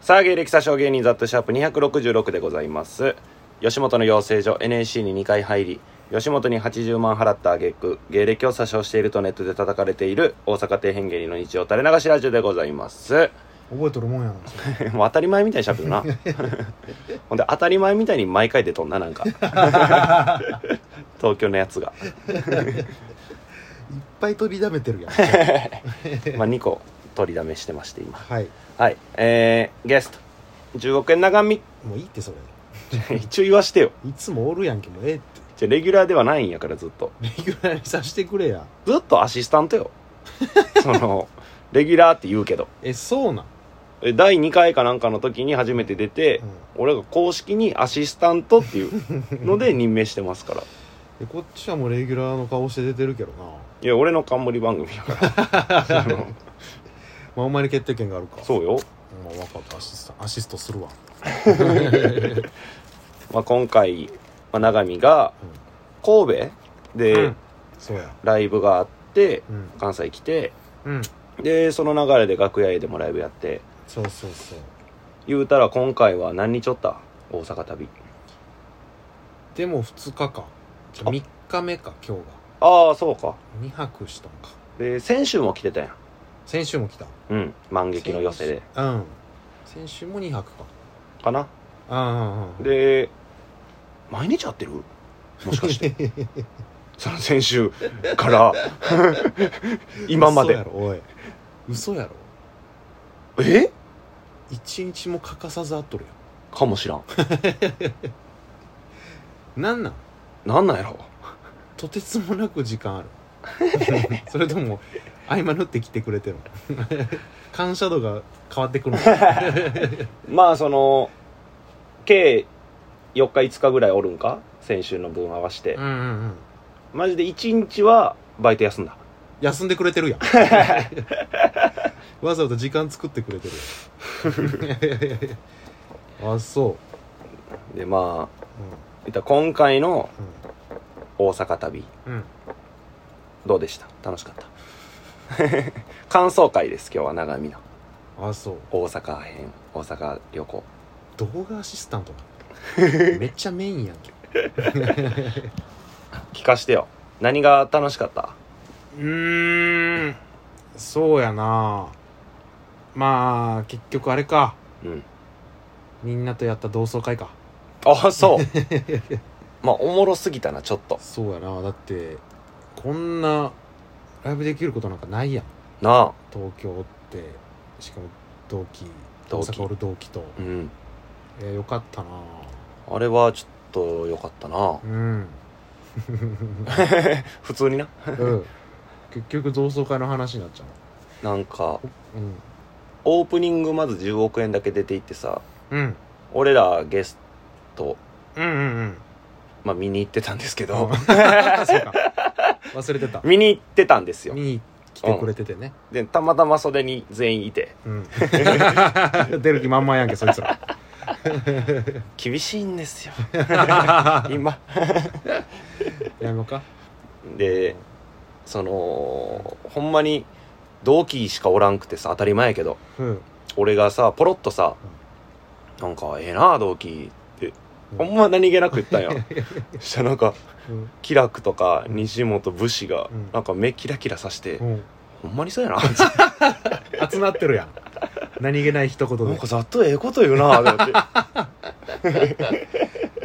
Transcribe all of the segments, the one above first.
さあ芸歴詐称芸人ザットシャープ266でございます吉本の養成所 NAC に2回入り吉本に80万払った挙句芸歴を詐称しているとネットで叩かれている大阪底辺芸人の日曜垂れ流しラジオでございます 覚えとるもんやなもう当たり前みたいにしゃべるな ほんで当たり前みたいに毎回出とんななんか東京のやつがいっぱい取りだめてるやん まあ2個取りだめしてまして今はいはいえー、ゲスト10億円長 見もういいってそれ一応言わしてよいつもおるやんけもうええってじゃあレギュラーではないんやからずっとレギュラーにさしてくれやずっとアシスタントよ そのレギュラーって言うけどえそうなん、え第2回かなんかの時に初めて出て、俺が公式にアシスタントっていうので任命してますからえこっちはもうレギュラーの顔して出てるけど ないや俺の冠番組やからそ のまあお前に決定権があるかそうよ、まあ、分かったアシスタアシストす るわまあ、今回、まあ、永見がうん神戸うでんそうやライブがあって、うん関西来てうんでその流れで楽屋 A でもライブやってそうそうそう言うたら今回は何日おった大阪旅でも2日かじゃあ3日目か今日がああそうか2泊したんかで先週も来てたやん先週も来たうん万劇の寄せでうん先週も2泊かかなああで毎日会ってるもしか してその先週から 今ま嘘やでろおい嘘やろえ一日も欠かさず会っとるやかもしらんんなんなんなんなんやろとてつもなく時間ある それとも合間縫って来てくれてるの 感謝度が変わってくるの まあその計4日5日ぐらいおるんか先週の分合わせて、うんうんうんマジで1日はバイト休んだ休んでくれてるやん わざわざ時間作ってくれてるやん あそでまあう言ったら今回のう大阪旅んうんうんどうでした楽しかった 感想会です今日は長見のあそう大阪編大阪旅行動画アシスタントなめっちゃメインやんけ聞かしてよ何が楽しかったうーんそうやなまあ結局あれかうんみんなとやった同窓会かあそうまあおもろすぎたなちょっとそうやなだってこんなライブできることなんかないやんなあ東京ってしかも同期同期大阪おる同期と、うんえーよかったなあれはちょっと良かったなう ん、普通になうん、結局同窓会の話になっちゃなんかううんオープニングまず10億円だけ出ていってさうん俺らゲスト、うんうんうんまあ、見に行ってたんですけどどう そうか忘れてた見に行ってたんですよ見に来てくれててね、でたまたま袖に全員いてうん出る気満々やん けそいつら厳しいんですよや今めようかでそのほんまに同期しかおらんくてさ当たり前やけどうん俺がさポロッとさ「なんかええな同期」ってほんま何気なく言ったんやそしたらなんかうん気楽とか西本武士がうんなんか目キラキラさしてうん「ほんまに そうやな」集まってるやん何気ない一言なんでかざっとええこと言うなと思って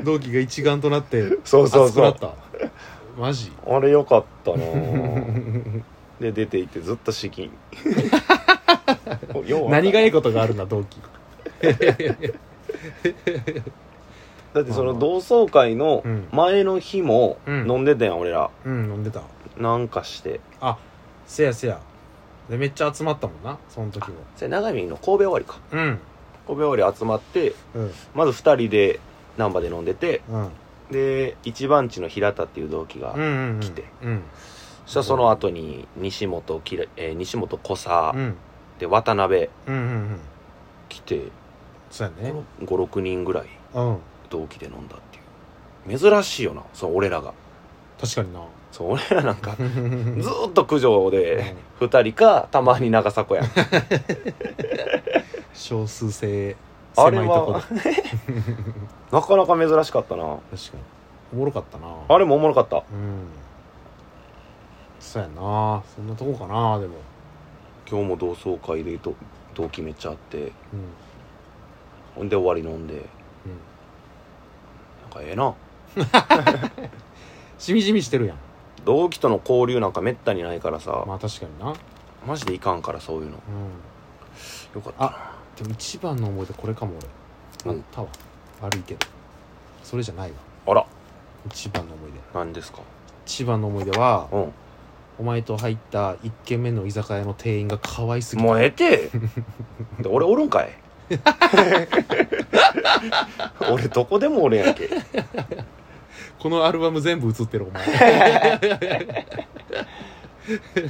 同期が一丸となってそう熱そうくそなうったマジあれよかったな 何で出て行ってずっと資 金がいいことがあるな同期だってその同窓会のうん前の日もうん飲んでたやん俺らうん飲んでたなんかしてせやせやでめっちゃ集まったもんなその時もそれ長見の神戸終わりかうん神戸終わり集まってうんまず2人で難波で飲んでてうんで一番地の平田っていう同期が、うんうん来てうんそしたらその後に西本きら、えー西本小佐、うんで渡辺うんうんうん来てそうやね56人ぐらいうん同期で飲んだっていう珍しいよなそう俺らが確かになそう俺らなんかずずっーっと九条で2人かたまに長迫やん少数制狭あいれとは こでなかなか珍しかったな確かにおもろかったなあれもおもろかったうんそうやなそんなとこかなでも今日も同窓会でと同期めっちゃあってうんほんで終わり飲んでうんなんかええなしみじみしてるやん同期との交流なんかめったにないからさ、まあ確かになうんマジでいかんからそういうのよかったなでも一番の思い出これかも俺あうんったわ悪いけどそれじゃないわあら一番の思い出何ですか一番の思い出はうんお前と入った1軒目の居酒屋の店員が可愛すぎもうたええ てで俺おるんかい俺どこでもおるやんけこのアルバム全部映ってる お前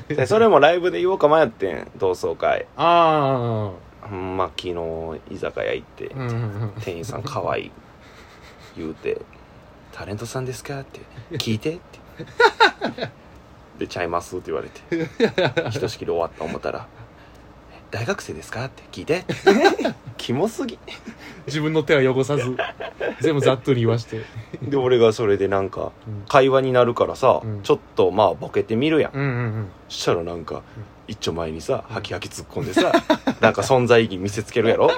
でそれもライブで言おうか迷ってん同窓会あほんま昨日居酒屋行ってあうんうんうん店員さん可愛い言うて「タレントさんですか?」って「聞いて」って「でちゃいます」って言われてひとしきり終わった思ったら「大学生ですか?」って聞いてキモすぎ自分の手は汚さず全部ざっとり言わしてで俺がそれでなんかうん会話になるからさ、うんちょっとまあボケてみるやん、うんうんうんしたらなんか一丁前にさハキハキ突っ込んでさ、なんか存在意義見せつけるやろ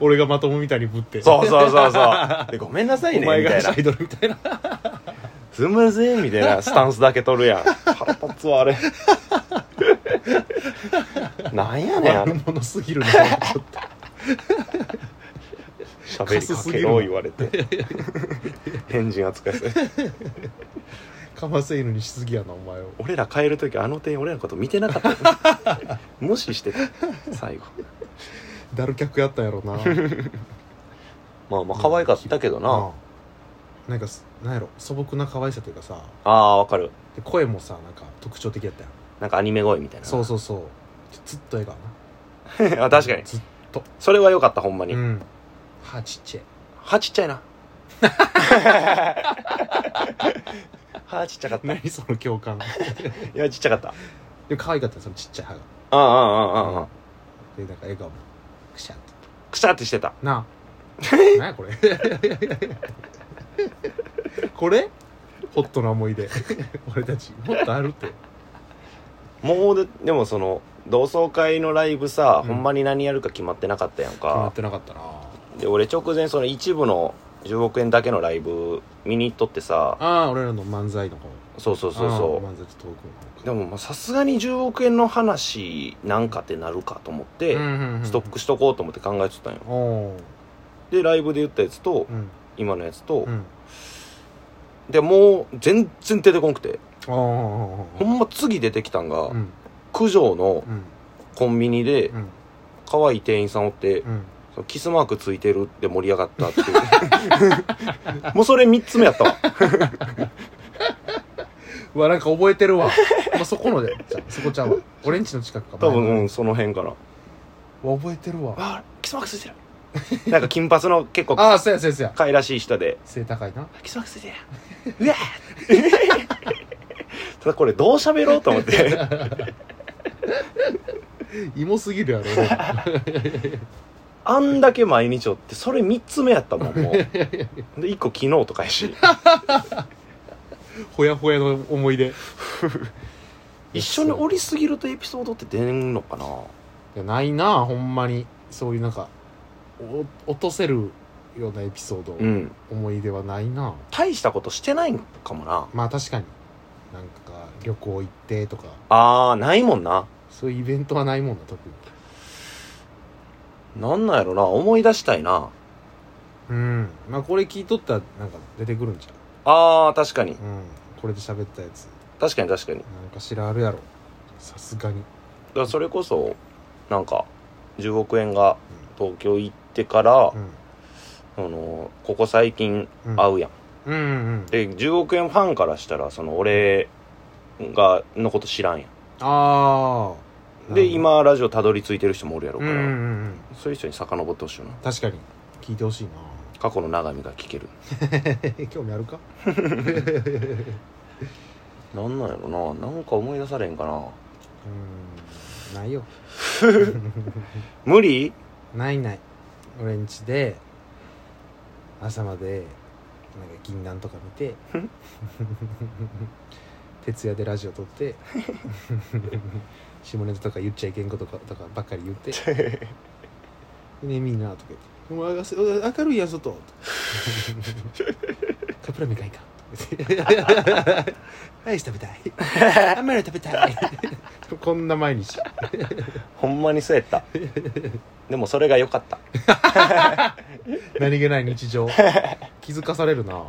俺がまともみたいにぶってそうそうそうそうでごめんなさいねおみた前 がいシなャイドルみたいなすんませんみたいなスタンスだけ取るやん 腹立つわあれなんやねんあ悪れ者すぎるねちょっと喋りカスかすけぎるろな言われて変人扱いされてかませ犬にしすぎやなお前を俺ら帰る時あの店員俺らのこと見てなかったよ 無視してた最後ダル客やったんやろなまあまあ可愛かったけどな、うんなんかすなんやろ素朴な可愛さというかさああわかるで声もさなんか特徴的やったやんなんかアニメ声みたいなそうそうそうずずっと笑顔なあ 確かにずっそれは良かったほんまに、とうん歯ちっちゃい歯ちっちゃいな 歯ちっちゃかったい何 その共感やちっちゃかったでも可愛かったよそのちっちゃい歯がうんうんうんうんうんでなんか笑顔もくしゃってくしゃってしてたなあ何やこれ これホットな思い 出俺たちもっとあるってもうででもその同窓会のライブさ、うんほんまに何やるか決まってなかったやん決まかってなかったなで俺直前その一部の10億円だけのライブ見に行っとってさああ俺らの漫才の方そうそうそうそああ漫才とトークの方うでもまあさすがに10億円の話なんかってなるかと思って、うんうんうんストックしとこうと思って考えてたんよおおでライブで言ったやつと、うん今のやつと、うんでもう全然出てこんくておーおほんま次出てきたんが、ーうん九条のうんコンビニでうん可愛い店員さんおって、うんそのキスマークついてるって盛り上がったっていうもうそれ3つ 目やったわうわなんか覚えて るわまあそこのでじゃあそこちゃうわ俺んちの近くか多分、前のうん、その辺かなうわ覚えてるわあキスマークついてるなんか金髪の結構ああそうやそうやそうや可愛らしい人で背高いなキスマークついて るうわーただこれどう喋ろうと思っ てイモすぎるやろ俺らあんだけ毎日おってそれ3つ目やったもんもうで1個昨日とかやしほやほやの思 い出一緒におりすぎるとエピソードって出んのかないやないなあほんまにそういうなんかお落とせるようなエピソード、うん思い出はないなあ大したことしてないんかもなまあ確かになんか旅行行ってとかあーないもんなそういうイベントはないもんな特になんなんやろな思い出したいなうんまあこれ聞いとったらなんか出てくるんちゃあー確かにううんこれで喋ったやつ確かに確かにだかなんかしらあるやろさすがにらそれこそなんか10億円が東京行ってから、うんあのここ最近うん会うやん、うんうんうんで10億円ファンからしたらその俺がのこと知らんやああんで今ラジオたどり着いてる人もおるやろううんかうら、んうんそういう人に遡ってほしいよな確かに聞いてほしいな過去の長見が聞ける 興味あるかなんなんやろななんか思い出されへんかなうんないよ無理ないない俺ん家で朝までなんか銀杏とか見て徹夜でラジオ撮って下ネタとか言っちゃいけんことかとかばっかり言ってねみんなとか言って「うわあせうわ明るいやん外」カップラーメン買い か」アイス食べたいアメリカ食べた いこんな毎日ほんまにそうやった でもそれが良かった何気ない日常気づかされるな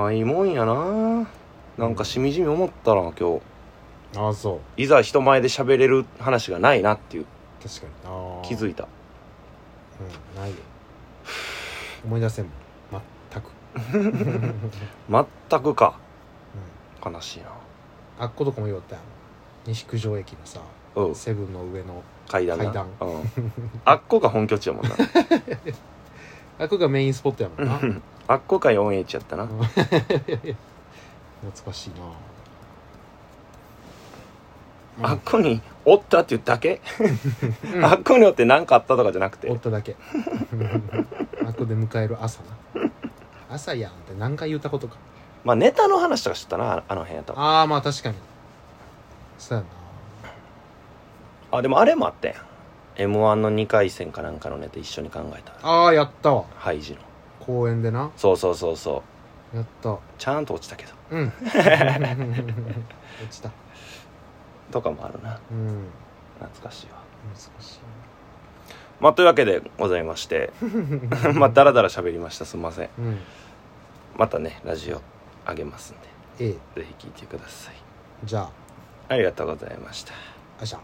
ないもんやななんかしみじみ思ったな今ああそう日いざ人前で喋れる話がないなっていう確かにああ気づいたうんないよ思い出せんもん全く、うん、全くか悲しいなあっことかもよかったやん西九条駅のさうんセブンの上の階段な階段うん、あっこが本拠地や もんなあっこがメインスポットやもんな懐あっこか 4H やったなかしいなあっこにおったっていうだけ、うんあっこにおって何かあったとかじゃなくておっただけあっこで迎える朝な朝やんって何回言ったことかまあネタの話とかしてたなああの辺やったらああまあ確かにそうやなあでもあれもあったやん m 1の2回戦かなんかのネタ一緒に考えたああやったわハイジの公園でなそうそうそうそうやったちゃんと落ちたけどうん落ちたとかもあるなうん懐かしいわ難しまあというわけでございまして いまあダラダラ喋りましたすんませんうんまたねラジオあげますんええでぜひ聞いてくださいじゃあありがとうございましたあっしゃ